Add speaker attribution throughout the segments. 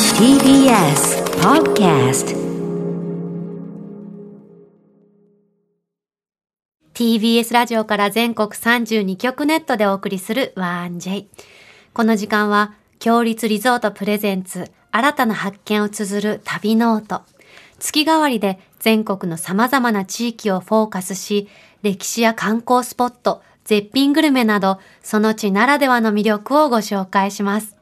Speaker 1: TBS Podcast
Speaker 2: TBS ラジオから全国32局ネットでお送りする 1J。この時間は、強立リゾートプレゼンツ、新たな発見を綴る旅ノート。月替わりで全国の様々な地域をフォーカスし、歴史や観光スポット、絶品グルメなど、その地ならではの魅力をご紹介します。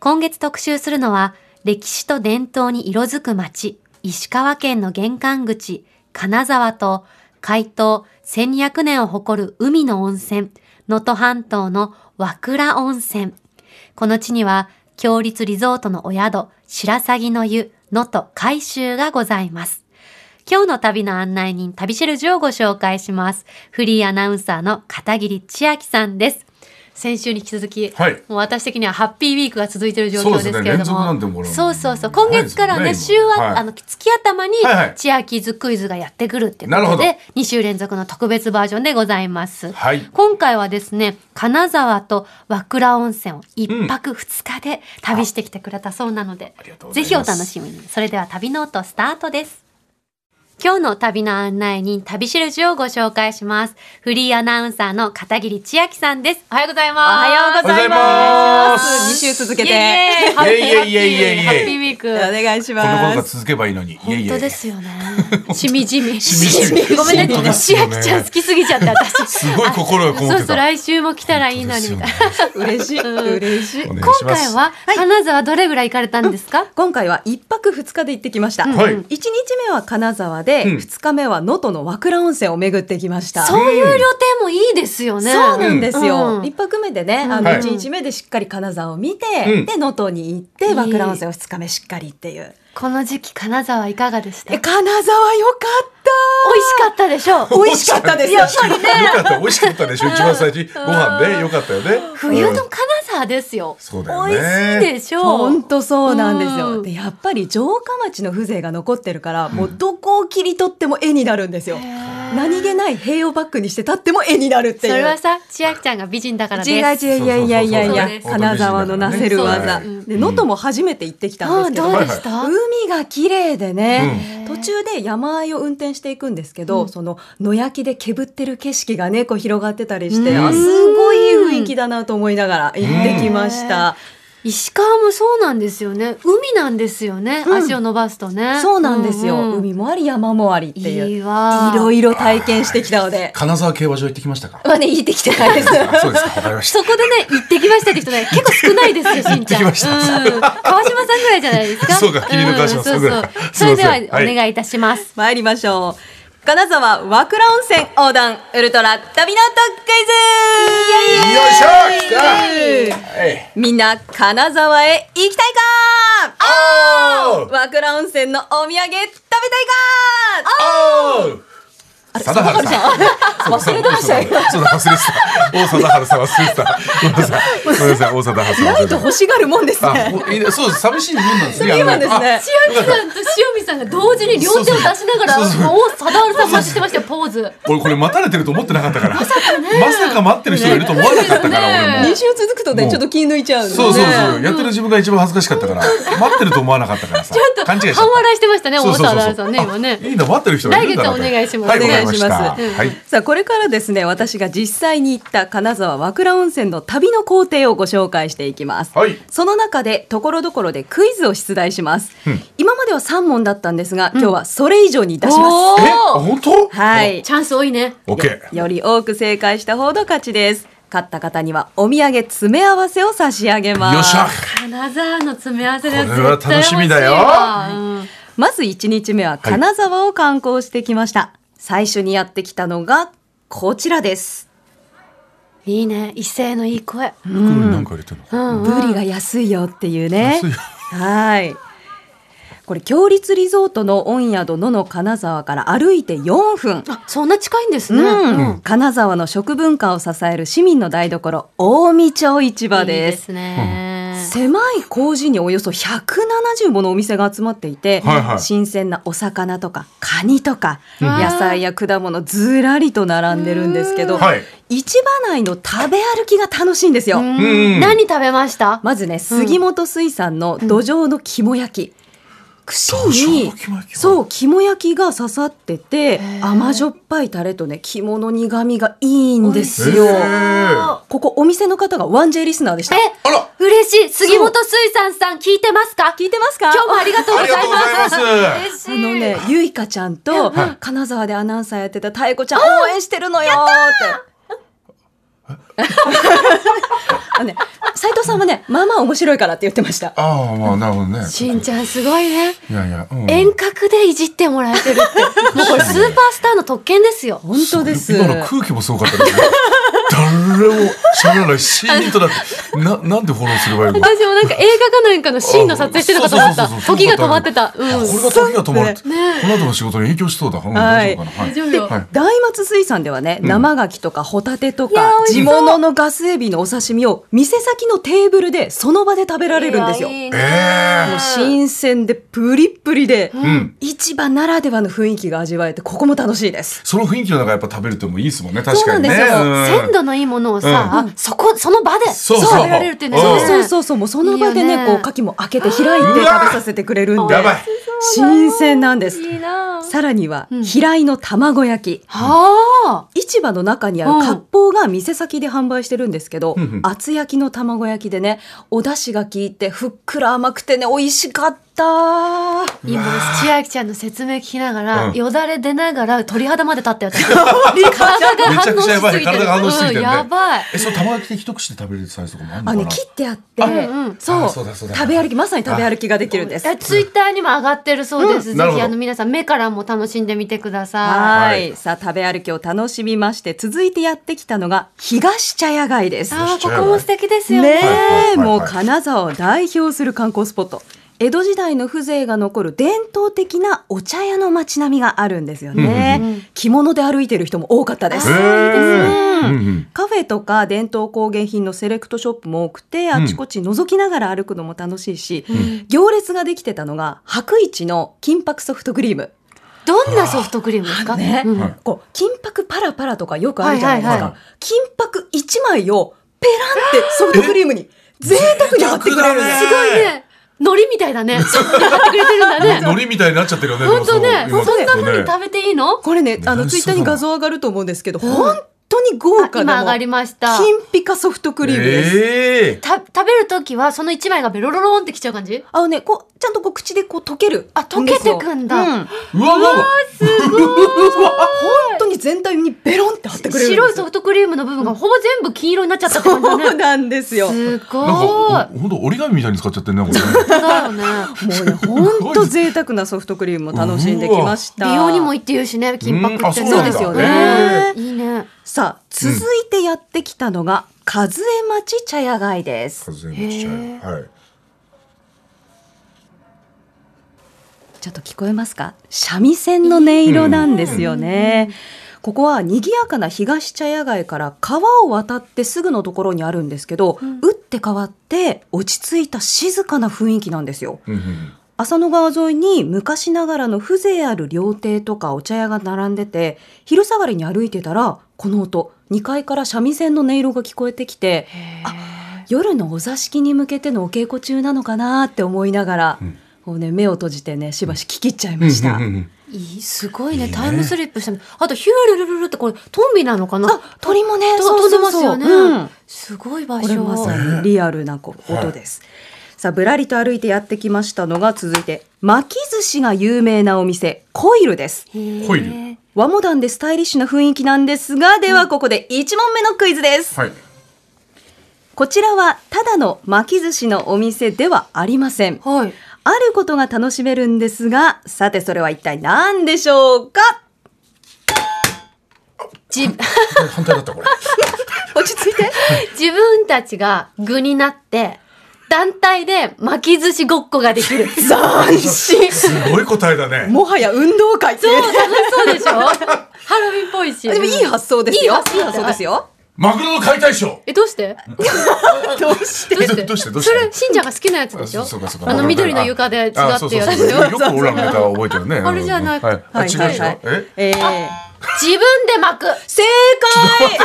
Speaker 2: 今月特集するのは、歴史と伝統に色づく街、石川県の玄関口、金沢と、海東1200年を誇る海の温泉、能登半島の和倉温泉。この地には、強立リゾートのお宿、白鷺の湯、能登海州がございます。今日の旅の案内人、旅シェルジュをご紹介します。フリーアナウンサーの片桐千秋さんです。先週に引き続き、
Speaker 3: はい
Speaker 2: もう私的にはハッピーウィークが続いている状況ですけれ
Speaker 3: そうですね連
Speaker 2: ど
Speaker 3: 続なんても
Speaker 2: も、
Speaker 3: う
Speaker 2: そうそうそう、今月から
Speaker 3: ない
Speaker 2: ね、
Speaker 3: です
Speaker 2: 週
Speaker 3: もんね
Speaker 2: は、
Speaker 3: はい
Speaker 2: あの月頭に
Speaker 3: はいはい
Speaker 2: 千秋ズクイズがやってくるっていう
Speaker 3: なる
Speaker 2: こ
Speaker 3: ほ
Speaker 2: と
Speaker 3: ど
Speaker 2: で、2週連続の特別バージョンでございます。
Speaker 3: はい
Speaker 2: 今回はですね、金沢と和倉温泉を1泊2日で旅してきてくれたそうなので
Speaker 3: りがと、うござ
Speaker 2: ぜ
Speaker 3: いま
Speaker 2: ひ
Speaker 3: す
Speaker 2: お楽しみに。それでは旅ノートスタートです。今日の旅の案内人、旅しるじをご紹介します。フリーアナウンサーの片桐千秋さんです。おはようございま
Speaker 4: お
Speaker 2: す。
Speaker 4: はようござい
Speaker 3: おはようございま
Speaker 4: ますす。二週続け
Speaker 2: イエ
Speaker 4: て
Speaker 2: イイエイハッピー
Speaker 3: イエイイエイイエイイエイ
Speaker 2: ハッピーウィーク。
Speaker 4: お願いし
Speaker 3: このこと
Speaker 4: ま
Speaker 3: が
Speaker 4: す。
Speaker 3: 続けばいいのに。いえ
Speaker 2: 本
Speaker 3: い
Speaker 2: 当で
Speaker 3: え。
Speaker 2: すよね。しみじみ。
Speaker 3: しみじみ
Speaker 2: ごめんね
Speaker 3: 本当、です
Speaker 2: 千
Speaker 3: よね
Speaker 2: 秋ちゃん好きすぎちゃって、私。
Speaker 3: すごい心がこもっ
Speaker 2: そう
Speaker 3: て
Speaker 2: そう、
Speaker 3: た。
Speaker 2: 来週も来たらいいのに。
Speaker 3: 本当
Speaker 2: 今
Speaker 3: ですよね
Speaker 4: 嬉しい。嬉しい。
Speaker 3: お願いします
Speaker 2: 回は、金沢どれぐらい行かれたんですか
Speaker 4: 今回は一泊二日で行ってきました。
Speaker 3: はい
Speaker 4: 1日目は金沢で、
Speaker 3: うん
Speaker 4: 2日目は能登の和倉温泉を巡ってきました。
Speaker 2: そういう旅程もいいですよね。
Speaker 4: そうなんです
Speaker 2: う
Speaker 4: よ。
Speaker 2: ん
Speaker 4: 一、泊目でね、あの
Speaker 3: はい
Speaker 4: 一日目でしっかり金沢を見て、
Speaker 3: うん
Speaker 4: で能登に行って和倉温泉を二日目しっかりっていう。
Speaker 2: この時期、金沢いかがでした
Speaker 4: え
Speaker 2: 美味し
Speaker 4: 金沢よか
Speaker 2: かったでし ょ
Speaker 4: った。美味しかったです。
Speaker 2: やっぱりね、
Speaker 3: よかった。美味しかったでしょ。一番最初にご飯ね、よかったよね。
Speaker 2: 冬の
Speaker 3: うん
Speaker 2: 金沢ですよ。
Speaker 3: そうだよね
Speaker 2: 美味しいでしょ
Speaker 4: 本当そうなんです
Speaker 2: うん
Speaker 4: よ。で、やっぱり城下町の風情が残ってるから、もうどこを切り取っても絵になるんですよ。何気ない平をバックにして立っても絵になるっていう。
Speaker 2: それはさ、千秋ちゃんが美人だからです。
Speaker 4: 違う違ういやいやいやいや
Speaker 2: そうそうそうそうそうです
Speaker 4: 金沢のなせる技、
Speaker 2: そうです
Speaker 4: で能登も初めて行ってきたんですけど、
Speaker 2: うんどうで
Speaker 3: し
Speaker 2: した
Speaker 4: 海が綺麗でね、
Speaker 2: うん
Speaker 4: 途中で山あいを運転していくんですけど、その野焼きでけぶってる景色がねこう広がってたりして、
Speaker 3: うん
Speaker 4: あすごいいい雰囲気だなと思いながら行ってきました、
Speaker 2: 石川もそうなんですよね海なんですよね、
Speaker 4: うん
Speaker 2: 足を伸ばすとね
Speaker 4: そうなんですよ、
Speaker 2: んうん
Speaker 4: 海もあり山もありっていう
Speaker 2: い
Speaker 4: い
Speaker 2: いわ
Speaker 4: ろいろ体験してきたの で
Speaker 3: 金沢競馬場行ってきましたか。
Speaker 4: まあね行ってきてないです
Speaker 3: あそうですか。わかりまし
Speaker 2: そ
Speaker 3: た。
Speaker 2: こでね行ってきましたって人ね結構少な いですよしんちゃん
Speaker 3: 行ってきました
Speaker 2: うん、川島さんぐらいじゃないですか
Speaker 3: そうか君の川島さんぐらい
Speaker 2: そうそう
Speaker 3: す
Speaker 2: そ
Speaker 3: い
Speaker 2: れ
Speaker 3: ません
Speaker 2: では
Speaker 3: は
Speaker 2: お
Speaker 3: い
Speaker 2: 願いいたします、
Speaker 4: 参りましょう金沢和倉温泉横断ウルトラ旅の特クイズ
Speaker 3: よいしょ来たはい
Speaker 4: みんな金沢へ行きたいか
Speaker 3: おー
Speaker 4: 和倉温泉のお土産食べたいか
Speaker 3: おー貞治さん。
Speaker 4: 忘れてましたよ
Speaker 3: そうだ、忘れてた。王貞治さん忘れてた。ごめんなさい。ごめんなさい、王貞治さん忘
Speaker 4: な
Speaker 3: れ
Speaker 4: い
Speaker 3: て
Speaker 4: と
Speaker 3: た。
Speaker 4: 欲しがるもんです
Speaker 3: あ、
Speaker 4: ね
Speaker 3: ほいいねそうです。寂しいもんなんですね。
Speaker 4: そうなんですね
Speaker 3: あのあ
Speaker 2: 千秋さんと塩見さんが同時に両手を出しながら、
Speaker 3: そ
Speaker 2: も
Speaker 3: う
Speaker 2: う
Speaker 3: そう
Speaker 2: 貞治さんもしてましたよ、ポーズ。
Speaker 3: 俺これ待たれてると思ってなかったから。まさか待ってる人がいると思わなかったから、俺も。
Speaker 4: 二週続くとねちょっと気抜いちゃうんですね
Speaker 3: そうそうそう、やってる自分が一番恥ずかしかったから、待ってると思わなかったからさ。ちょっと勘違いしちゃっ
Speaker 2: 半笑いしてましたね、
Speaker 3: た。
Speaker 2: 大
Speaker 3: そうそうそう
Speaker 2: 貞治さんね、今ね
Speaker 3: あ。いいな、待ってる人がいるんだな
Speaker 2: 来月お願いします
Speaker 3: はい、
Speaker 4: お
Speaker 3: わ
Speaker 4: 願
Speaker 3: かり
Speaker 4: い
Speaker 3: ま
Speaker 4: し
Speaker 3: した。
Speaker 4: ます、
Speaker 3: はい。
Speaker 4: さあこれからですね私が実際に行った金沢和倉温泉の旅の工程をご紹介していきます、
Speaker 3: はい
Speaker 4: その中でところどころでクイズを出題します、
Speaker 3: うん
Speaker 4: 今までは3問だったんですが今日はそれ以上に出します、
Speaker 2: おー
Speaker 3: え、あ本当？
Speaker 4: はい
Speaker 2: チャンス多いね。
Speaker 3: オッケー。
Speaker 4: より多く正解したほど勝ちです勝った方にはお土産詰め合わせを差し上げます
Speaker 3: よっしゃ。
Speaker 2: 金沢の詰め合わせで
Speaker 3: これは楽しみだよ
Speaker 4: まず1日目は金沢を観光してきました、最初にやってきたのがこちらです
Speaker 2: いいね、威勢のいい声。
Speaker 3: 袋に何か入れてるの
Speaker 2: う
Speaker 3: か。
Speaker 2: んうん
Speaker 4: ブリが安いよっていうね
Speaker 3: 安いよ
Speaker 4: はいこれ強立リゾートの御宿のの金沢から歩いて4分
Speaker 2: あ、そんな近いんですね。
Speaker 4: うん金沢の食文化を支える市民の台所近江町市場
Speaker 2: いい
Speaker 4: です
Speaker 2: ですね。
Speaker 4: 狭い工事におよそ170ものお店が集まっていて、
Speaker 3: はいはい
Speaker 4: 新鮮なお魚とかカニとか、
Speaker 3: うん
Speaker 4: 野菜や果物ずらりと並んでるんですけど、
Speaker 3: はい
Speaker 4: 市場内の食べ歩きが楽しいんですよ。
Speaker 2: うん
Speaker 3: うん
Speaker 2: 何食べました
Speaker 4: まずね杉本水産の土壌の肝焼き、串
Speaker 3: 土壌
Speaker 4: に
Speaker 3: の肝焼き
Speaker 4: そう肝焼きが刺さってて
Speaker 2: ー
Speaker 4: 甘じょっぱいタレとね肝の苦味がいいんですよ
Speaker 3: 美味しそ
Speaker 4: ここお店の方が 1J リスナーでした
Speaker 2: え
Speaker 3: あら
Speaker 2: 嬉しい杉本水産さん聞いてますか
Speaker 4: 聞いてますか
Speaker 2: 今日もありがとうござ
Speaker 3: ありがとうございます。
Speaker 2: います
Speaker 4: あ
Speaker 2: 嬉しい
Speaker 4: のね、ゆいかちゃんと
Speaker 3: はい
Speaker 4: 金沢でアナウンサーやってた妙子ちゃん応援してるのよーって。 あのね、斉藤さんはね、まあまあ面白いからって言ってました。
Speaker 3: ああ、まあ、なるほどね。
Speaker 2: しんちゃんすごいね
Speaker 3: いやいや、うん
Speaker 2: 遠隔でいじってもらえてるってもうこれスーパースターの特権ですよ
Speaker 4: 本当です。
Speaker 3: 今の空気もすごかったですね。誰も喋らないシーンとだって、な、なんでフォローすればいいの。
Speaker 2: 私もなんか映画かなんかのシーンの撮影してるのかと思った
Speaker 3: あそうそうそうそう
Speaker 2: 時が止まってたうん
Speaker 3: これが時が止まるって。こ
Speaker 2: ねえ
Speaker 3: の後の仕事に影響しそうだ。うん
Speaker 4: はい
Speaker 3: 大丈夫かな。は
Speaker 2: 大
Speaker 3: い
Speaker 2: 丈夫よ
Speaker 3: はい
Speaker 4: 大松水産ではね、
Speaker 3: ん
Speaker 4: 生牡蠣とかホタテと
Speaker 2: いや
Speaker 4: か、
Speaker 2: ー美味
Speaker 4: 地
Speaker 2: しそう
Speaker 4: 物のガスエビのお刺身を店先のテーブルでその場で食べられるんですよ。
Speaker 2: いやいいね
Speaker 3: え
Speaker 4: もう新鮮でプリップリで、
Speaker 3: え。うん。
Speaker 4: 市場ならではの雰囲気が味わえて、ここも楽しいです。
Speaker 3: その雰囲気の中やっぱ食べるってもいいですもんね。確かにね。
Speaker 4: そうなん
Speaker 3: うん
Speaker 2: 鮮度のいいものをさ、そこその場で
Speaker 3: そうそう
Speaker 2: 食べられるっていうの
Speaker 4: そう
Speaker 2: が
Speaker 4: そうそうそう、もうその場で
Speaker 2: いい
Speaker 4: ね、
Speaker 2: よね
Speaker 4: こう牡蠣も開けて開いて食べさせてくれるんで
Speaker 3: やばい。
Speaker 4: 新鮮なんです。
Speaker 2: いいなぁ
Speaker 4: さらには
Speaker 2: うん
Speaker 4: 平井の卵焼き。
Speaker 2: はあ
Speaker 4: 市場の中にある
Speaker 2: うん
Speaker 4: 割烹が店先で販売してるんですけど、
Speaker 3: うんうん
Speaker 4: 厚焼きの卵焼きでね、お出汁が効いてふっくら甘くてね、美味しか った。
Speaker 2: 今千秋ちゃんの説明聞きながら、
Speaker 3: うん
Speaker 2: よだれ出ながら鳥肌まで立ったよ体が
Speaker 3: めちゃ
Speaker 2: 反
Speaker 3: く
Speaker 2: 応
Speaker 3: ちゃやばい。体が反応
Speaker 2: し
Speaker 3: し
Speaker 2: す
Speaker 3: す
Speaker 2: ぎてる、う
Speaker 3: ぎてる
Speaker 2: ん、
Speaker 3: ね。
Speaker 2: やばい
Speaker 3: え、その玉焼きで一口で食べれるサイズとかもあるの
Speaker 4: あ
Speaker 3: か
Speaker 4: のね、
Speaker 3: な。
Speaker 4: 切ってあって、
Speaker 2: うんうん
Speaker 4: そう
Speaker 3: あそうだそうだ
Speaker 4: 食べ歩き、まさに食べ歩きができるんです。
Speaker 2: えツイッターにも上がってるそうです、
Speaker 3: うん
Speaker 2: ぜ
Speaker 3: なるほ
Speaker 2: ひ
Speaker 3: ど
Speaker 2: あの皆さん目からも楽しんでみてくださ
Speaker 4: は
Speaker 3: はい
Speaker 4: い、さあ食べ歩きを楽しみまして続いてやってきたのが東茶屋街です
Speaker 2: いあーこ
Speaker 3: よし
Speaker 2: こも素敵ですよ
Speaker 4: ね
Speaker 2: ね
Speaker 3: はいはいはいは
Speaker 4: え、
Speaker 3: い
Speaker 4: もう金沢を代表する観光スポット。江戸時代の風情が残る伝統的なお茶屋の街並みがあるんですよね。
Speaker 2: うんうんうん
Speaker 4: 着物で歩いてる人も多かったです。
Speaker 2: あーいいですね
Speaker 3: へーうんうん
Speaker 4: カフェとか伝統工芸品のセレクトショップも多くて、あちこち覗きながら歩くのも楽しいし、行列ができてたのが、白市の金箔ソフトクリーム。
Speaker 2: どんなソフトクリームですか
Speaker 4: ね、
Speaker 2: うん
Speaker 3: はい
Speaker 4: こう金箔パラパラとかよくあるじゃないですか、
Speaker 2: はいはい
Speaker 3: は
Speaker 4: 金箔一枚をペランってソフトクリームに贅沢に貼ってくれるんです
Speaker 2: すごいね海苔みたいだ ねやってくれてるんだね
Speaker 3: 海苔みたいになっちゃってるよね。
Speaker 2: 本当ね
Speaker 3: でも
Speaker 2: そ
Speaker 3: そう今
Speaker 2: んな
Speaker 3: ち
Speaker 2: 風
Speaker 3: ょっと
Speaker 2: に食べていいの
Speaker 4: これねあの
Speaker 3: ね
Speaker 4: ツイッターに画像上がると思うんですけど、本当に豪華
Speaker 2: 今上
Speaker 4: な
Speaker 2: が
Speaker 4: も
Speaker 2: り
Speaker 4: う
Speaker 2: ました
Speaker 4: 金ピカソフトクリームです、
Speaker 3: ええ。
Speaker 2: た食べるときはその一枚がベロロロンってきちゃう感 じ
Speaker 4: あのねこうちゃんとこう口でこう溶ける
Speaker 2: あ溶けてくんだ
Speaker 4: う
Speaker 3: うわうわうわ。
Speaker 4: 本当に全体にベロンって貼ってくれるんです
Speaker 2: 白いソフトクリームの部分がほぼ全部金色になっちゃったって感じ
Speaker 4: そう
Speaker 2: だね
Speaker 4: なんですよも
Speaker 2: す
Speaker 3: なんか
Speaker 2: ごい
Speaker 3: お本当折り紙みたいに使っちゃってるねこれね。
Speaker 2: だよね
Speaker 4: うね本当贅沢なソフトクリームを楽しんできました
Speaker 2: 美容にもいいって言うしね金箔
Speaker 3: うん
Speaker 2: っ
Speaker 3: あ
Speaker 2: て
Speaker 3: そ
Speaker 2: ね
Speaker 3: う
Speaker 4: なんだそうですよね
Speaker 2: いいね
Speaker 4: さあ続いてやってきたのが、和江町茶屋街です
Speaker 3: 風もちっちゃい。はい。
Speaker 4: ちょっと聞こえますか三味線の音色なんですよね、ここは賑やかな東茶屋街から川を渡ってすぐのところにあるんですけど、打って変わって落ち着いた静かな雰囲気なんですよ
Speaker 3: うんうん
Speaker 4: 浅野川沿いに昔ながらの風情ある料亭とかお茶屋が並んでて昼下がりに歩いてたらこの音2階から三味線の音色が聞こえてきてあ夜のお座敷に向けてのお稽古中なのかなって思いながら、こうね、目を閉じてねしばし聞き入っちゃいました。
Speaker 3: うんうんうん
Speaker 2: いいすごいねタイムスリップしたねあとヒュールルルルってこれトンビなのかな
Speaker 4: あ鳥もね
Speaker 2: と
Speaker 4: そう
Speaker 2: 飛
Speaker 4: そ
Speaker 2: んでま
Speaker 4: う
Speaker 2: す
Speaker 4: そ
Speaker 2: よ
Speaker 4: う
Speaker 2: ね、
Speaker 4: うん
Speaker 2: すごい場
Speaker 4: これま
Speaker 2: 所
Speaker 4: さにリアルなこう
Speaker 3: はい
Speaker 4: 音です。さあぶらりと歩いてやってきましたのが続いて巻き寿司が有名なお店コイルです。
Speaker 3: コイル
Speaker 4: 和モダンでスタイリッシュな雰囲気なんですが、ではここで1問目のクイズです。
Speaker 3: はい。
Speaker 4: こちらはただの巻き寿司のお店ではありません。
Speaker 2: はい
Speaker 4: あることが楽しめるんですが、さてそれは一体何でしょうか
Speaker 2: じ
Speaker 3: 反対だったこれ。
Speaker 4: 落ち着 いて。
Speaker 2: 自分たちが具になって団体で巻き寿司ごっこができ るそう
Speaker 4: 斬新。
Speaker 3: すごい答えだね。
Speaker 4: もはや運動会っていう
Speaker 2: 楽しそうでしょハロウィンっぽいし
Speaker 4: でもいい発想ですよ。
Speaker 2: いい発想
Speaker 4: いい発想ですよ。
Speaker 3: マグロの解体ショ
Speaker 2: え、どうして
Speaker 4: どうして
Speaker 2: どうして
Speaker 3: どうしてどうし
Speaker 2: そ
Speaker 3: て
Speaker 2: れ、信者が好きなやつ
Speaker 3: ー。
Speaker 2: でしょ
Speaker 3: あそうかそうか
Speaker 2: あの、緑の床で違ってやつでしょ
Speaker 3: あそうそうそうよくオラのネタは覚えてるね。
Speaker 2: あれじゃない
Speaker 3: うんはい。あ違うでしょ。
Speaker 4: はいはい
Speaker 3: え？
Speaker 4: えー
Speaker 2: 自分で巻 く
Speaker 4: 正解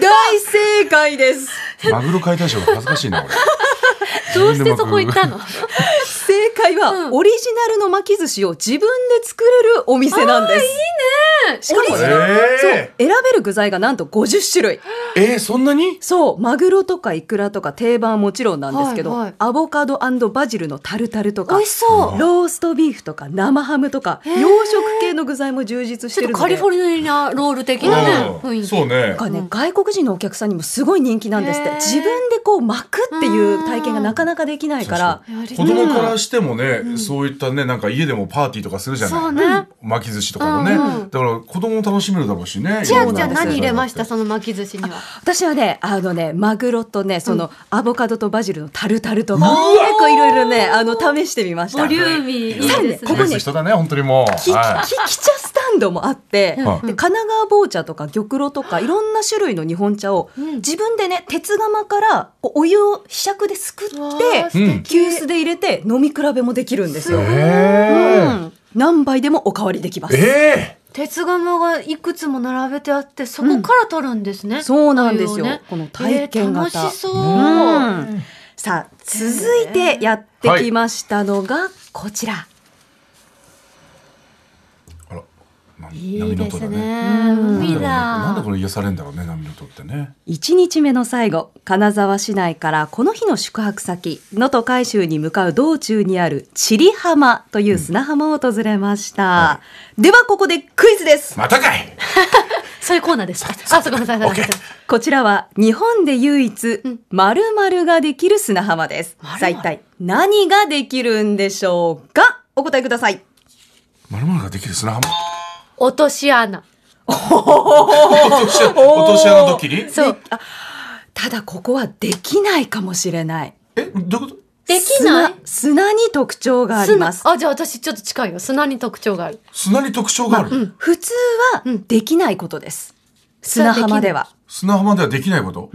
Speaker 4: 大正解です
Speaker 3: マグロ解体ショーが恥ずかしいな俺。
Speaker 2: どうしてそこ行ったの
Speaker 4: 正解は、オリジナルの巻き寿司を自分で作れるお店なんです
Speaker 2: しかも
Speaker 4: オリジナル
Speaker 3: え
Speaker 4: 選べる具材がなんと50種類
Speaker 3: ー、 えー、そんなに？
Speaker 4: そうマグロとかイクラとか定番はもちろんなんですけど、
Speaker 2: はいはい
Speaker 4: アボカドバジルのタルタルとか
Speaker 2: 美味しそう
Speaker 3: う
Speaker 4: ローストビーフとか生ハムとか洋食系の具材も充実して
Speaker 2: ちょ
Speaker 4: る
Speaker 2: っ
Speaker 4: の
Speaker 2: と
Speaker 4: で
Speaker 2: カリフォルニアロール的なね
Speaker 3: う
Speaker 2: 雰囲
Speaker 3: ん
Speaker 2: 気
Speaker 3: そうね
Speaker 4: なん。かね、外国人のお客さんにもすごい人気なんですって
Speaker 2: へー
Speaker 4: 自分でこう巻くっていう体験がなかなかできないから
Speaker 3: 子供からしてもね、そういったねなんか家でもパーティーとかするじゃない。
Speaker 2: そうね
Speaker 3: 巻き寿司とかもね、だから子供も楽しめるだろうし
Speaker 2: 千
Speaker 3: ね。
Speaker 2: 秋ち
Speaker 4: そうな
Speaker 2: ゃ
Speaker 4: ん
Speaker 2: ん
Speaker 4: ですよ
Speaker 2: 何入れましたその巻き寿司には
Speaker 4: 私はねあのねマグロとねそのアボカドとバジルのタルタルとか結構いろいろねあの試してみました。
Speaker 2: ボリュ
Speaker 4: で
Speaker 2: ーミー
Speaker 4: さら
Speaker 2: い
Speaker 4: に
Speaker 2: い
Speaker 4: ね
Speaker 2: です
Speaker 4: ここ
Speaker 2: ね
Speaker 3: ここ
Speaker 4: に
Speaker 3: に
Speaker 4: ね
Speaker 3: 人だね本当にもう。
Speaker 4: き、
Speaker 3: は
Speaker 4: きき茶スタンドもあって、
Speaker 3: はい
Speaker 4: で神奈川棒茶とか玉露とかいろんな種類の日本茶を、
Speaker 2: ん
Speaker 4: 自分でね鉄釜からこうお湯をひしゃくですくって
Speaker 2: うわー素敵
Speaker 4: 急須で入れて飲み比べもできるんです
Speaker 3: い。
Speaker 4: よ。う
Speaker 3: え
Speaker 4: ん何杯でもおかわりできま
Speaker 3: ー、
Speaker 4: す。
Speaker 3: え
Speaker 2: 鉄釜がいくつも並べてあってそこから取るんですね、
Speaker 4: そうなんですよ
Speaker 2: お湯をね
Speaker 4: この体験型
Speaker 2: えー楽しそう、
Speaker 4: うんさあ続いてやってきましたのがこちら。
Speaker 3: ー、あら、ない波
Speaker 2: い
Speaker 3: の
Speaker 2: で
Speaker 3: 音
Speaker 2: す
Speaker 3: だ
Speaker 2: ね
Speaker 3: ね。
Speaker 2: 海だ
Speaker 3: なんでこれ癒されんだろうね波の音ってね。
Speaker 4: 1日目の最後金沢市内からこの日の宿泊先能登海州に向かう道中にある千里浜という砂浜を訪れました、ではここでクイズです
Speaker 3: またかい。
Speaker 2: そういうコーナーですあそうごめんなさいごめんなさい
Speaker 4: こちらは日本で唯一〇〇ができる砂浜です、さあ一体何ができるんでしょうかお答えください
Speaker 3: まるまるができる砂浜。
Speaker 2: 落とし穴
Speaker 3: 落とし穴落とし穴ドッキリ？
Speaker 2: そう
Speaker 4: ただここはできないかもしれない
Speaker 3: えどういうこと？
Speaker 2: できない
Speaker 4: 砂砂に特徴があり
Speaker 2: 砂
Speaker 4: ます
Speaker 2: あじゃあ私ちょっと近いよ砂に特徴がある
Speaker 3: 砂に特徴がある。
Speaker 4: 普通はできないことです、砂浜では
Speaker 3: 砂浜ではできないこと。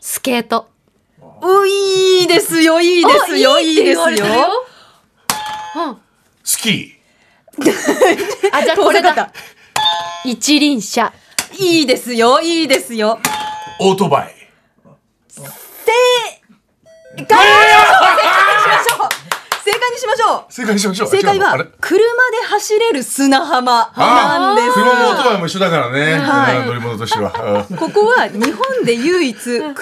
Speaker 2: スケート
Speaker 4: ういいですよ、いいですよ、
Speaker 2: あ
Speaker 4: いいですよ
Speaker 2: って。言われたうん
Speaker 3: スキ
Speaker 2: あじゃあこ
Speaker 4: 遠
Speaker 2: れ
Speaker 4: ざかった
Speaker 2: だ一輪車
Speaker 4: いいですよ、いいですよ。
Speaker 3: ー、オートバイ。
Speaker 4: 正解にしましょう 正解にしましょう
Speaker 3: 正解にしましょう。
Speaker 4: 正解
Speaker 3: 違うのあれ
Speaker 4: は、車で走れる砂浜な
Speaker 3: あ
Speaker 4: んで
Speaker 3: あ、
Speaker 4: す。
Speaker 3: 車もオートバイも一緒だからね。
Speaker 4: はい
Speaker 3: うん乗り物としては。
Speaker 4: ここは日本で唯一車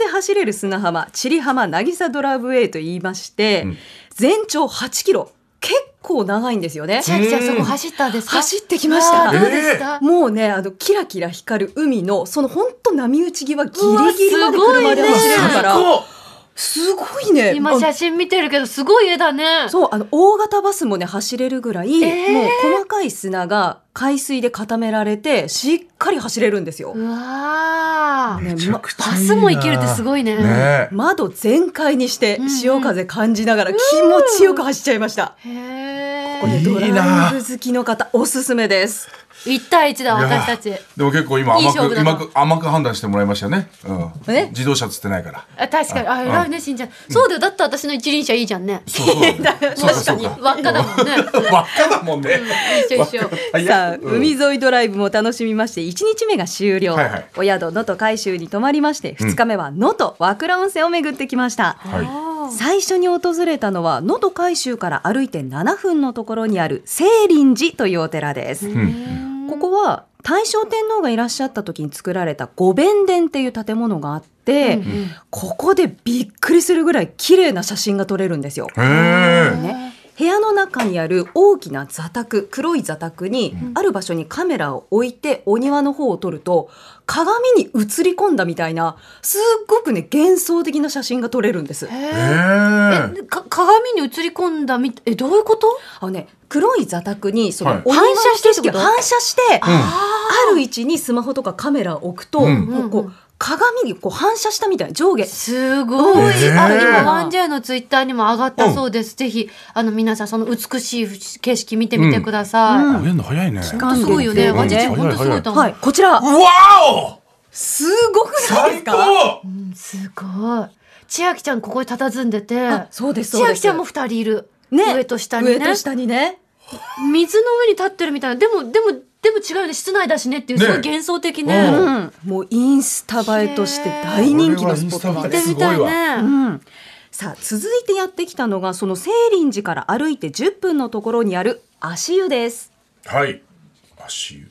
Speaker 4: で走れる砂浜千里浜渚ドライブウェイと言いまして、
Speaker 3: ん
Speaker 4: 全長8キロ結構長いんですよね
Speaker 2: 千秋ちゃんそこ走ったんですか
Speaker 4: 走ってきました
Speaker 2: わあどうでした、
Speaker 4: もうねあのキラキラ光る海のその本当波打ち際ギリギリまで
Speaker 2: うわすご
Speaker 4: 車
Speaker 2: いね
Speaker 4: で走れるから
Speaker 3: 最高
Speaker 4: すごいね
Speaker 2: 今写真見てるけどすごい絵だね
Speaker 4: あそうあの大型バスもね走れるぐらい、
Speaker 2: えー
Speaker 4: もう細かい砂が海水で固められてしっかり走れるんですよ、
Speaker 2: うわー
Speaker 4: ね
Speaker 3: めちゃくちゃいい
Speaker 2: バ
Speaker 3: な
Speaker 2: スも行けるってすごいね
Speaker 3: ねえ。
Speaker 4: 窓全開にして
Speaker 2: んうん
Speaker 4: 潮風感じながら気持ちよく走っちゃいました、
Speaker 2: へ
Speaker 4: これ
Speaker 3: いい
Speaker 4: ドラ
Speaker 3: な
Speaker 4: イブ好きの方おすすめです
Speaker 2: ー一対一だ
Speaker 3: いや
Speaker 2: 私たち
Speaker 3: でも結構今
Speaker 2: いい
Speaker 3: 甘
Speaker 2: 勝
Speaker 3: く
Speaker 2: 負だな
Speaker 3: 甘く甘く判断してもらいましたよね。うん
Speaker 4: え
Speaker 3: 自動車つってないから。
Speaker 2: あ確かにあ偉いねしんちゃんそうだよだって私の一輪車いいじゃんね
Speaker 3: そうそう。そうか
Speaker 2: 確か
Speaker 3: そう
Speaker 2: に
Speaker 3: か。
Speaker 2: 輪っかだもんね
Speaker 3: 輪っかだもんね。
Speaker 2: 一緒一緒
Speaker 3: はい
Speaker 4: さあ、
Speaker 3: うん
Speaker 4: 海沿いドライブも楽しみまして1日目が終了、
Speaker 3: はいはい
Speaker 4: お宿能登海州に泊まりまして2日目は能登和倉温泉を巡ってきました、
Speaker 3: はい。
Speaker 4: 最初に訪れたのは能登海州から歩いて7分のところにある清林寺というお寺です、ここは大正天皇がいらっしゃった時に作られた御弁殿っていう建物があって、ここでびっくりするぐらい綺麗な写真が撮れるんですよ。
Speaker 3: へえ。
Speaker 4: ね、部屋の中にある大きな座卓黒い座卓に、ある場所にカメラを置いてお庭の方を撮ると鏡に映り込んだみたいなすっごくね幻想的な写真が撮れるんです。
Speaker 3: へえ。
Speaker 2: えか鏡に映り込んだみえどういうこと
Speaker 4: あのね黒い座卓にその、
Speaker 3: はい
Speaker 4: お庭の
Speaker 2: 反射してってこ
Speaker 4: 景
Speaker 2: と
Speaker 4: 色を反射して
Speaker 3: うん
Speaker 4: ある位置にスマホとかカメラを置くと、
Speaker 3: うん
Speaker 4: もうこう鏡にこう反射したみたいな上下
Speaker 2: すごい、
Speaker 3: えー
Speaker 2: あ今ワンジェイのツイッターにも上がったそうです、ぜひあの皆さんその美しい景色見てみてください、
Speaker 4: うん
Speaker 2: 本
Speaker 3: えるの早いね。
Speaker 2: 当すごいよね
Speaker 4: うん
Speaker 2: ワンジェイ
Speaker 3: うん
Speaker 2: 本当すごいと思う、
Speaker 4: はいこちら
Speaker 3: うわお
Speaker 4: すごくないで
Speaker 3: 最
Speaker 4: すか
Speaker 3: 高
Speaker 2: うんすごい千秋ちゃんここに佇んでて
Speaker 4: あそうです
Speaker 2: 千
Speaker 4: そうで
Speaker 2: 秋
Speaker 4: す
Speaker 2: ちゃんも二人いる、
Speaker 4: ね
Speaker 2: 上と下にね
Speaker 4: 上と下にね
Speaker 2: 水の上に立ってるみたいなでもでもでも違うよね室内だしねっていう
Speaker 3: ね
Speaker 2: すごい幻想的
Speaker 3: う
Speaker 2: ね
Speaker 3: ん
Speaker 4: うん、もうインスタ映えとして大人気のスポットなん
Speaker 2: 行っ
Speaker 4: で
Speaker 2: て
Speaker 4: す。
Speaker 2: みたい
Speaker 3: すごい
Speaker 2: ね
Speaker 4: うんさあ続いてやってきたのがその青林寺から歩いて10分のところにある足湯です。
Speaker 3: はい。足湯。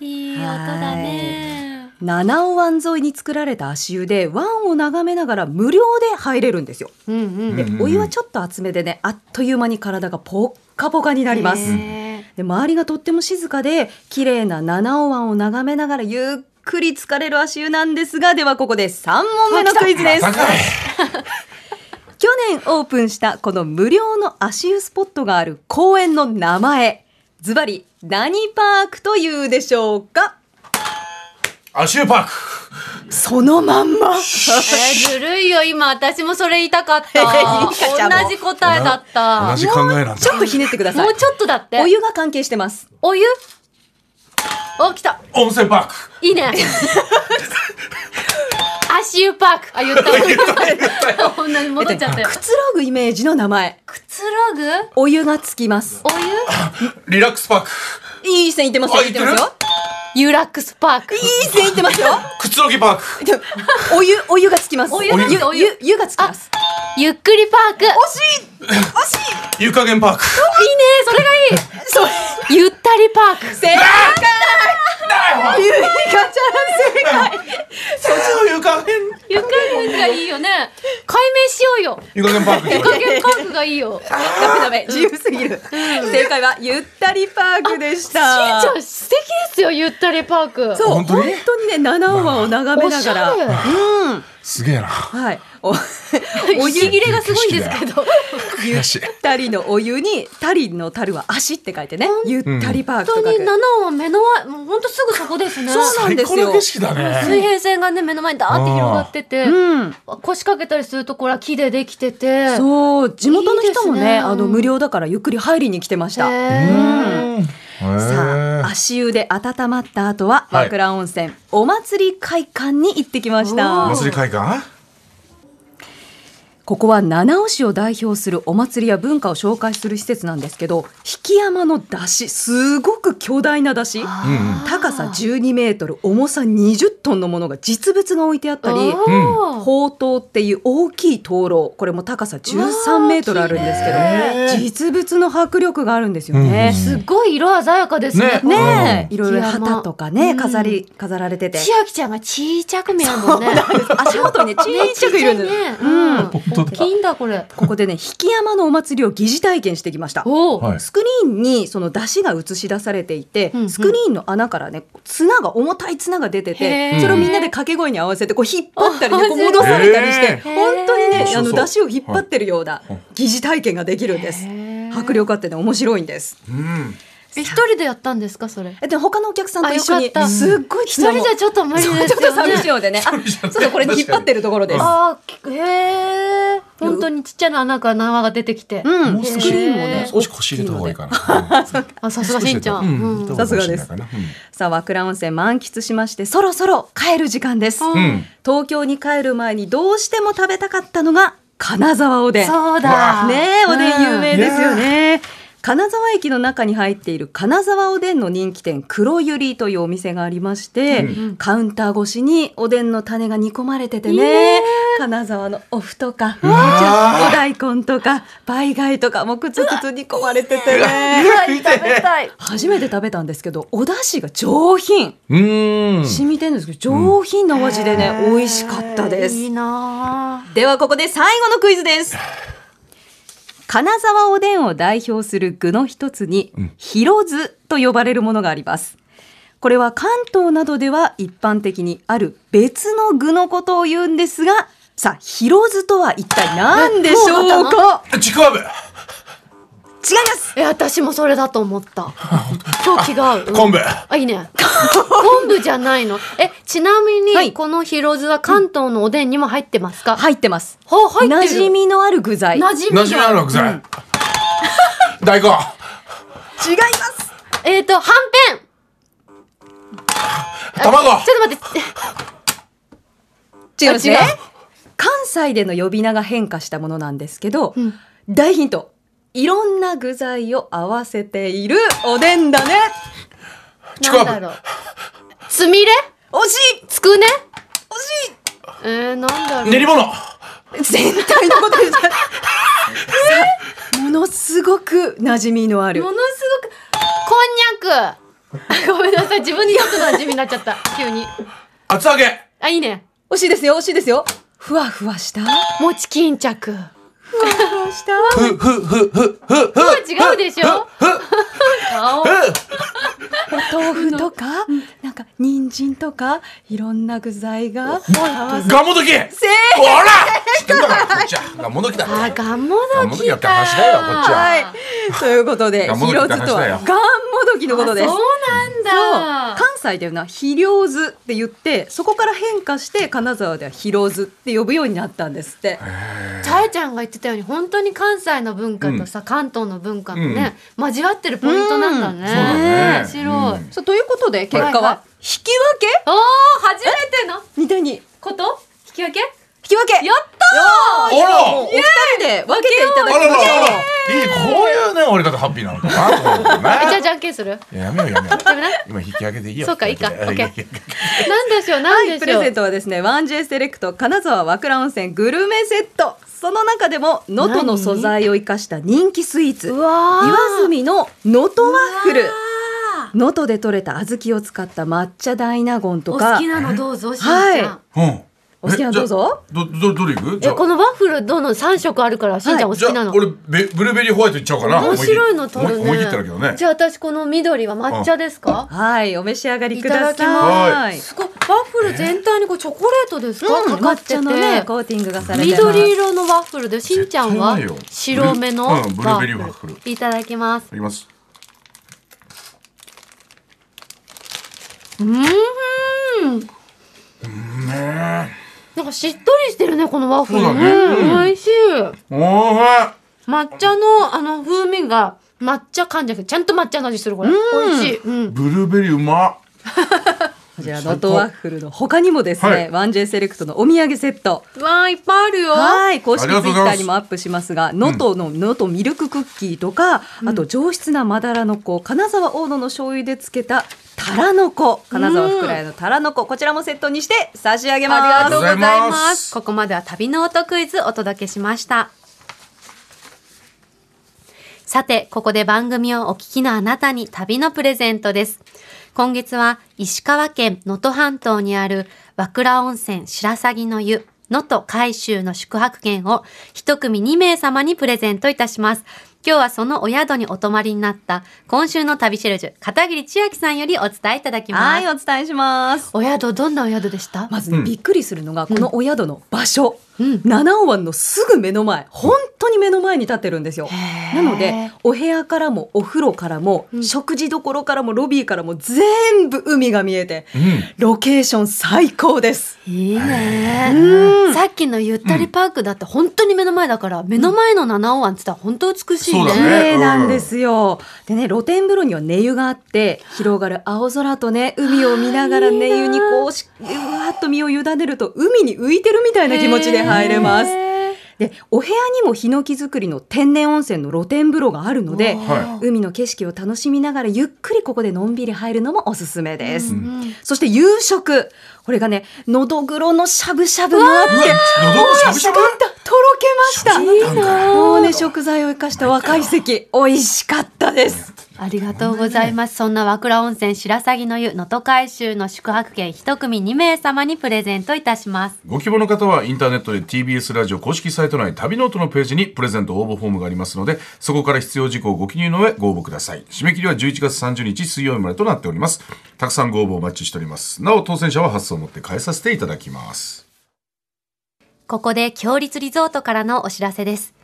Speaker 5: いい音だね。
Speaker 4: 七尾湾沿いに作られた足湯で湾を眺めながら無料で入れるんですよ。
Speaker 2: うんうん
Speaker 4: で
Speaker 3: うんうん
Speaker 4: お湯はちょっと厚めでねあっという間に体がポッカポカになります。
Speaker 2: へ
Speaker 4: で周りがとっても静かで綺麗な七尾湾を眺めながらゆっくり疲れる足湯なんですがではここで3問目のクイズです。
Speaker 3: 高い。
Speaker 4: 去年オープンしたこの無料の足湯スポットがある公園の名前ズバリ何パークというでしょうか
Speaker 3: 足湯パーク。
Speaker 4: そのまんま
Speaker 5: えーずるいよ、今、私もそれ言 いたかっ
Speaker 4: いい
Speaker 5: た。
Speaker 4: かちゃんも
Speaker 5: 同じ答えだった
Speaker 3: 同。じ考えなんだ
Speaker 4: ち。ょっとひねってくださ
Speaker 5: も
Speaker 4: いう
Speaker 5: ちょっとだって。
Speaker 4: お湯が関係してます
Speaker 5: お湯お、来た。
Speaker 3: 温泉パーク。
Speaker 5: いい ね。足湯パーク。あ、 言った。同じ戻っちゃったよ
Speaker 4: く。つろぐイメージの名前
Speaker 5: くつろぐ
Speaker 4: お湯がつきます
Speaker 5: お湯
Speaker 3: リラックスパーク。
Speaker 4: いい線いってます
Speaker 3: あ
Speaker 4: よいってます
Speaker 3: いっ
Speaker 4: よ
Speaker 5: ユラックスパーク。
Speaker 4: いい線いってますよ
Speaker 3: くつろぎパーク。
Speaker 4: でもお湯お湯がつきます
Speaker 5: お湯なんだお湯
Speaker 4: ゆゆ湯がつきます
Speaker 5: ゆっくりパーク。
Speaker 4: 惜しい惜しい
Speaker 3: 湯加減パーク。
Speaker 5: いいね、それがい
Speaker 4: それ
Speaker 5: い。ゆったりパーク。
Speaker 4: 正解ゆいかちゃん正解
Speaker 3: そっちの湯加減。
Speaker 5: ゆっくりがいいよね。解明しようよ。
Speaker 3: 湯加減パークにし
Speaker 5: 湯
Speaker 3: ましょ
Speaker 5: 加減パークがいいよ。しん
Speaker 4: ダメダメ自由すぎる正解はゆったりパークでした
Speaker 5: ちゃん素敵ですよ、ゆったりパーク。
Speaker 4: そう本
Speaker 3: 本当
Speaker 4: 当
Speaker 3: に
Speaker 4: にね七話を眺め
Speaker 5: お
Speaker 4: な
Speaker 5: し
Speaker 4: が
Speaker 5: ゃ
Speaker 4: ら
Speaker 5: れ。
Speaker 3: うすげえな。
Speaker 4: はい おお
Speaker 5: お
Speaker 4: 湯
Speaker 5: 湯切れがすごいんですけど。
Speaker 3: 悔しい。
Speaker 4: たりのお湯にたりのたるは足って書いてねゆったりパーク
Speaker 5: 本当
Speaker 4: と書
Speaker 5: に
Speaker 4: く
Speaker 5: 七尾は目の前、もう本当すぐそこですね。
Speaker 4: そうなん
Speaker 3: 最
Speaker 4: です
Speaker 3: 高
Speaker 4: よ
Speaker 3: の景色だ
Speaker 5: 水
Speaker 3: ね。
Speaker 5: 平線がね目の前にダーって広がってて、
Speaker 4: うん
Speaker 5: 腰掛けたりするところは木でできててう
Speaker 4: そう地元の人も
Speaker 5: いいです
Speaker 4: ね
Speaker 5: ね
Speaker 4: あの無料だからゆっくり入りに来てました
Speaker 3: うん。
Speaker 4: さ
Speaker 3: へ
Speaker 4: あ
Speaker 3: ー
Speaker 4: 足湯で温まった後は
Speaker 3: はい
Speaker 4: 和倉温泉お祭り会館に行ってきました
Speaker 3: お祭り会館。
Speaker 4: ここは七尾市を代表するお祭りや文化を紹介する施設なんですけど引山の山車すごく巨大な山車
Speaker 3: うんうん。
Speaker 4: 高さ12メートル重さ20トンのものが実物が置いてあったり宝塔っていう大きい灯籠これも高さ13メートルあるんです
Speaker 3: うわー
Speaker 4: け
Speaker 3: 綺
Speaker 4: ど
Speaker 3: 麗
Speaker 4: 実物の迫力があるんですよね。
Speaker 3: うん
Speaker 5: すごい色鮮やかですね
Speaker 3: ね
Speaker 4: ねえ、
Speaker 3: う
Speaker 4: いろいろ旗とかね、飾り、飾られてて。
Speaker 5: 千秋ちゃんがちいちゃく見えるもんね
Speaker 4: 足元にね、ちっちゃくいるんです。
Speaker 5: ね
Speaker 4: うん
Speaker 5: 大きいんだこれ
Speaker 4: ここでね、引山のお祭りを疑似体験してきました。
Speaker 5: おお、
Speaker 3: はい。
Speaker 4: スクリーンにその出汁が映し出されていて、
Speaker 5: うんうん
Speaker 4: スクリーンの穴からね綱が重たい綱が出て
Speaker 5: へ
Speaker 4: て
Speaker 5: ー
Speaker 4: それをみんなで掛け声に合わせてこう引っ張ったり
Speaker 5: あ
Speaker 4: ねこう
Speaker 5: 面白い
Speaker 4: 戻されたりして
Speaker 3: へー
Speaker 4: 本当に
Speaker 3: 面
Speaker 4: ね
Speaker 3: 白
Speaker 4: あ
Speaker 3: そう
Speaker 4: の出汁を引っ張ってるような
Speaker 3: はい
Speaker 4: 疑似体験ができるんです迫力あってね面白いんです
Speaker 3: うん。
Speaker 5: え一人でやったんですかそれ
Speaker 4: えで他のお客さんと一緒
Speaker 5: あよ
Speaker 4: に
Speaker 5: かった
Speaker 4: すっごい
Speaker 5: 一
Speaker 4: 綱
Speaker 5: 人
Speaker 4: も
Speaker 5: じゃちょっと無理ですよね
Speaker 4: ちょっと寂しいのでねあちょっとこれに引っ張ってるところです
Speaker 5: あーへえ本当にちっちゃな穴から縄が出てきて、
Speaker 4: う
Speaker 3: も
Speaker 4: ん
Speaker 3: う
Speaker 4: ス
Speaker 3: 少
Speaker 4: ク
Speaker 3: し
Speaker 4: リーンもね
Speaker 3: 少し腰入れた方がいいかな。
Speaker 5: あさすがしんちゃん、うん
Speaker 4: さすがですさあ和倉温泉満喫しましてそろそろ帰る時間です、
Speaker 3: うん。
Speaker 4: 東京に帰る前にどうしても食べたかったのが金沢おでん
Speaker 5: そうだ
Speaker 4: ねえおでん有名ですよ
Speaker 3: い
Speaker 4: ね。金沢駅の中に入っている金沢おでんの人気店黒ゆりというお店がありまして、カウンター越しにおでんの種が煮込まれててね金沢のお麩とかお
Speaker 3: わ
Speaker 4: 大根とか梅貝とかもくつくつ煮込まれててね
Speaker 3: 食いたい。
Speaker 4: 初めて食べたんですけどお出汁が上品
Speaker 3: うん。
Speaker 4: 染みてるんですけど上品なお味でね美味しかったです。
Speaker 5: いいな
Speaker 4: ではここで最後のクイズです。金沢おでんを代表する具の一つに
Speaker 3: うん、
Speaker 4: ひろずと呼ばれるものがあります。これは関東などでは一般的にある別の具のことを言うんですが、さあ、ひろずとは一体何でしょうか
Speaker 3: ちくわぶ。
Speaker 4: 違ます
Speaker 2: え、私もそれだと思った。今日気が合う。うん
Speaker 3: 昆布
Speaker 2: あ、いいね。昆布じゃないの。え、ちなみに、
Speaker 4: はい
Speaker 2: このヒロズは関東のおでんにも入ってますか、
Speaker 4: 入ってます。
Speaker 2: ほう、入ってる。
Speaker 4: 馴染。みのある具材。違いま
Speaker 2: 馴染みが。
Speaker 3: 馴染みあるわけじゃない大根
Speaker 4: す。
Speaker 2: えっ、と、はんぺん。
Speaker 3: 卵
Speaker 2: ちょっと待って。
Speaker 4: 違いますね
Speaker 2: あ違う。
Speaker 4: 関西での呼び名が変化したものなんですけど、
Speaker 2: ん
Speaker 4: 大ヒント。いろんな具材を合わせているおでんだね。
Speaker 3: ちく
Speaker 2: な
Speaker 3: わ
Speaker 2: ん
Speaker 3: ぶ
Speaker 2: だろう。つみれ
Speaker 4: 惜しい
Speaker 2: つくね
Speaker 4: 惜しい
Speaker 2: えー、なんだろう。
Speaker 3: 練り物
Speaker 4: 全体のことじゃ ない。さものすごく馴染みのある
Speaker 2: ものすごく、こんにゃく。 ごめんなさい、自分によく馴染みになっちゃった。急に。
Speaker 3: 厚揚げ
Speaker 2: あ、いいね。
Speaker 4: 惜しいですよ惜しいですよふわふわしたふわ
Speaker 2: 餅巾着。
Speaker 4: ふわした
Speaker 3: ふふふふふふ
Speaker 2: 違うでしょ
Speaker 3: ふふ
Speaker 4: お
Speaker 2: 顔
Speaker 4: 豆腐とかなんか人参とかいろんな具材が合わせ
Speaker 3: ガモドキ
Speaker 4: せ
Speaker 3: ほら知ってんだからこっちはガモドキだって
Speaker 2: あ、ガモ
Speaker 3: ガ
Speaker 2: ド
Speaker 3: モド
Speaker 2: キ
Speaker 3: キだって話だよこっちは
Speaker 4: はいということで
Speaker 3: ガンモ
Speaker 4: ひ
Speaker 3: ドキ
Speaker 4: ろ
Speaker 3: って
Speaker 4: ずと
Speaker 3: 話だよ
Speaker 4: はガンモドキのことです
Speaker 2: そうなんだ。
Speaker 4: 関西でいうのはひりょうずって言ってそこから変化して金沢ではひろうずって呼ぶようになったんですって
Speaker 2: さえちゃんが言ってたように本当に関西の文化とさ、関東の文化のね、交わってるポイントなんだね。
Speaker 3: そうだね
Speaker 2: 面白い。
Speaker 3: うん
Speaker 4: そうということで結果
Speaker 2: はい
Speaker 4: は
Speaker 2: は
Speaker 4: 引き分け
Speaker 2: おー初めての
Speaker 4: みたいに
Speaker 2: こと引き分け
Speaker 4: 引き分け
Speaker 2: やった
Speaker 4: おー
Speaker 3: あら
Speaker 4: お二人で分けていた
Speaker 3: あ
Speaker 4: だ
Speaker 3: らら
Speaker 4: き
Speaker 3: ら
Speaker 4: ました
Speaker 3: らいいこういうね終わり方ハッピーなのかなと思う
Speaker 2: ーえじゃあ
Speaker 3: ね
Speaker 2: じゃんけんする
Speaker 3: いややめようやめよう
Speaker 2: ダメだ
Speaker 3: 今引き上げでいいよ
Speaker 2: そうかいいか
Speaker 3: オ
Speaker 2: オ
Speaker 3: ッ
Speaker 2: ッ
Speaker 3: ケ
Speaker 2: ケ
Speaker 3: ー
Speaker 2: ーなんでしょうなんで
Speaker 4: プ
Speaker 2: し
Speaker 4: レ
Speaker 2: ょう、
Speaker 4: ゼントはですね 1J セレクト金沢和倉温泉グルメセットその中でも能登の素材を生かした人気スイーツ
Speaker 2: う
Speaker 4: 岩
Speaker 2: わー
Speaker 4: 住の能登ワッフル能登で採れた小豆を使った抹茶大納言と
Speaker 2: お
Speaker 4: か
Speaker 2: 好きなのどうぞしんち
Speaker 4: はい
Speaker 2: ゃん、
Speaker 3: うん
Speaker 4: お好きなのどうぞ
Speaker 3: えじゃあどどどれいくじ
Speaker 2: え
Speaker 3: ゃあ
Speaker 2: このワッフルどの三色あるからしんちゃんお好
Speaker 3: じゃ
Speaker 2: きな
Speaker 3: あ
Speaker 2: の、
Speaker 3: 俺ベブルーベリーホワイトいっちゃおうかな
Speaker 2: 面白いの
Speaker 3: 思
Speaker 2: 取る
Speaker 3: 切
Speaker 2: ね
Speaker 3: 思い切ったらけどね
Speaker 2: じゃあ私この緑は抹茶ですか、
Speaker 4: はいお召し上がりく
Speaker 2: い
Speaker 4: だ
Speaker 2: た
Speaker 4: さ
Speaker 3: だ
Speaker 4: い
Speaker 2: すごいワッフル全体にこうチョコレートですか、
Speaker 4: うん
Speaker 2: かかっ
Speaker 4: 抹
Speaker 2: てて
Speaker 4: 茶のねコーティングがされてます
Speaker 2: 緑色のワッフルでしんちゃんは
Speaker 3: 絶対うまいよ
Speaker 2: 白目の
Speaker 3: う
Speaker 2: ワ
Speaker 3: んブルーベリー
Speaker 2: ッ
Speaker 3: ワッフ
Speaker 2: フ
Speaker 3: ル
Speaker 2: ルいただきます
Speaker 3: いきます
Speaker 2: うん
Speaker 3: ね
Speaker 2: なんかしっとりしてるねこのワッフル
Speaker 3: そうだねうん
Speaker 2: 美味しい
Speaker 3: えおー
Speaker 2: 抹茶のあの風味が抹茶感じゃなくてちゃんと抹茶の味するこれ美味しい、うん、
Speaker 3: ブルーベリーうまっ
Speaker 4: こちら能登ワッフルの他にもです
Speaker 3: は
Speaker 4: ね
Speaker 3: い
Speaker 4: 1J セレクトのお土産セット
Speaker 2: うわーいっぱいあるよ
Speaker 4: はい、公式
Speaker 3: あ
Speaker 4: ツ
Speaker 3: り
Speaker 4: イ
Speaker 3: がとう
Speaker 4: ッタ
Speaker 3: ございます
Speaker 4: ーにもアップしますが、能登の能登ミルククッキーとか、あと上質なまだらのこ、金沢大野の醤油で漬けたたらのこ、金沢福来のたらのこ、こちらもセットにして差し上げます。
Speaker 2: ありがとうござい
Speaker 3: ありがとうござい
Speaker 2: ま。
Speaker 3: ますす
Speaker 2: ここまでは旅の音クイズお届けしました。さて、ここで番組をお聞きのあなたに旅のプレゼントです。今月は石川県能登半島にある和倉温泉白鷺の湯能登海州の宿泊券を一組2名様にプレゼントいたします。今日はそのお宿にお泊まりになった今週の旅シェルジュ片桐千秋さんよりお伝えいただきま
Speaker 4: は
Speaker 2: す。
Speaker 4: い、お伝えします。
Speaker 2: お宿、どんなお宿でした
Speaker 4: まずね、
Speaker 3: うん
Speaker 4: びっくりするのが、このお宿の場所。
Speaker 2: うん
Speaker 4: 七尾湾のすぐ目の前、本当に目の前に立ってるんですよ。なので、お部屋からもお風呂からも、食事どころからもロビーからも全部海が見えて、
Speaker 3: うん
Speaker 4: ロケーション最高です。
Speaker 2: いいね、さっきのゆったりパークだって本当に目の前だから、目の前の七尾湾って言ったら本当美しいね。
Speaker 3: そうだ
Speaker 4: 綺
Speaker 3: ね
Speaker 4: 麗なんですよ。でね、露天風呂には寝湯があって、広がる青空とね、海を見ながら寝湯にこうし、うわーっと身を委ねると、海に浮いてるみたいな気持ちで入れます。で、お部屋にもヒノキ作りの天然温泉の露天風呂があるので、
Speaker 3: は
Speaker 4: 海の景色を楽しみながらゆっくりここでのんびり入るのもおすすめです。
Speaker 2: うん
Speaker 4: そして夕食。これがね、のどぐろのしゃぶしゃぶもあって、
Speaker 3: うわ喉のしゃぶしゃぶ
Speaker 4: 美味しかったとろけました。
Speaker 3: いいな
Speaker 4: もうね、食材を生かした若い席、美味しかったです。
Speaker 2: ありがとうございます。そんな和倉温泉白鷺の湯、能登海州の宿泊券一組2名様にプレゼントいたします。
Speaker 3: ご希望の方はインターネットで TBS ラジオ公式サイト内旅ノートのページにプレゼント応募フォームがありますのでそこから必要事項をご記入の上ご応募ください締め切りは11月30日水曜日までとなっておりますたくさんご応募お待ちしておりますなお当選者は発送をもって返させていただきます
Speaker 5: ここで強立リゾートからのお知らせです。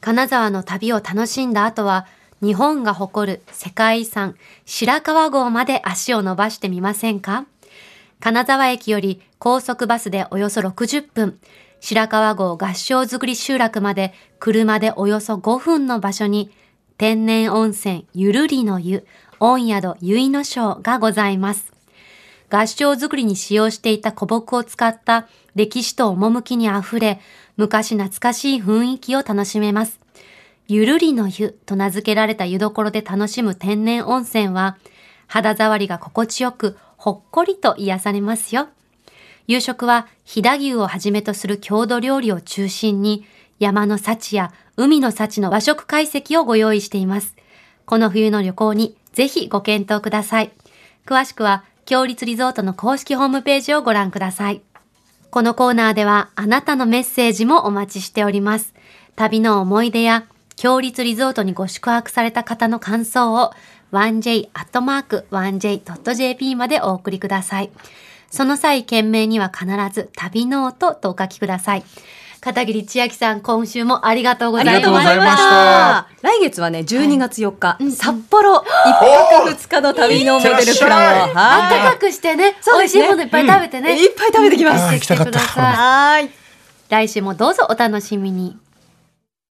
Speaker 5: 金沢の旅を楽しんだ後は、
Speaker 2: 日本が誇る世界遺産白川郷まで足を伸ばしてみませんか金沢駅より高速バスでおよそ60分、白川郷合掌造り集落まで車でおよそ5分の場所に、天然温泉ゆるりの湯、温宿ゆいの章がございます。合掌造りに使用していた古木を使った歴史と趣にあふれ、昔懐かしい雰囲気を楽しめます。ゆるりの湯と名付けられた湯どころで楽しむ天然温泉は、肌触りが心地よく、ほっこりと癒されますよ。夕食は飛騨牛をはじめとする郷土料理を中心に、山の幸や海の幸の和食解析をご用意しています。この冬の旅行にぜひご検討ください。詳しくは、強立リゾートの公式ホームページをご覧ください。このコーナーでは、あなたのメッセージもお待ちしております。旅の思い出や、強立リゾートにご宿泊された方の感想を、1j.1j.jp までお送りください。その際、件名には必ず旅ノートとお書きください。片桐千秋さん、今週もありがとうございました。
Speaker 4: した来月はね、12月4日、はい、札幌、一泊二日の旅のモデルプランを。
Speaker 2: あったかくしてね、美味しいものいっぱい食べてね。
Speaker 4: いっぱい食べてきます。
Speaker 2: 来てください。来週もどうぞお楽しみに。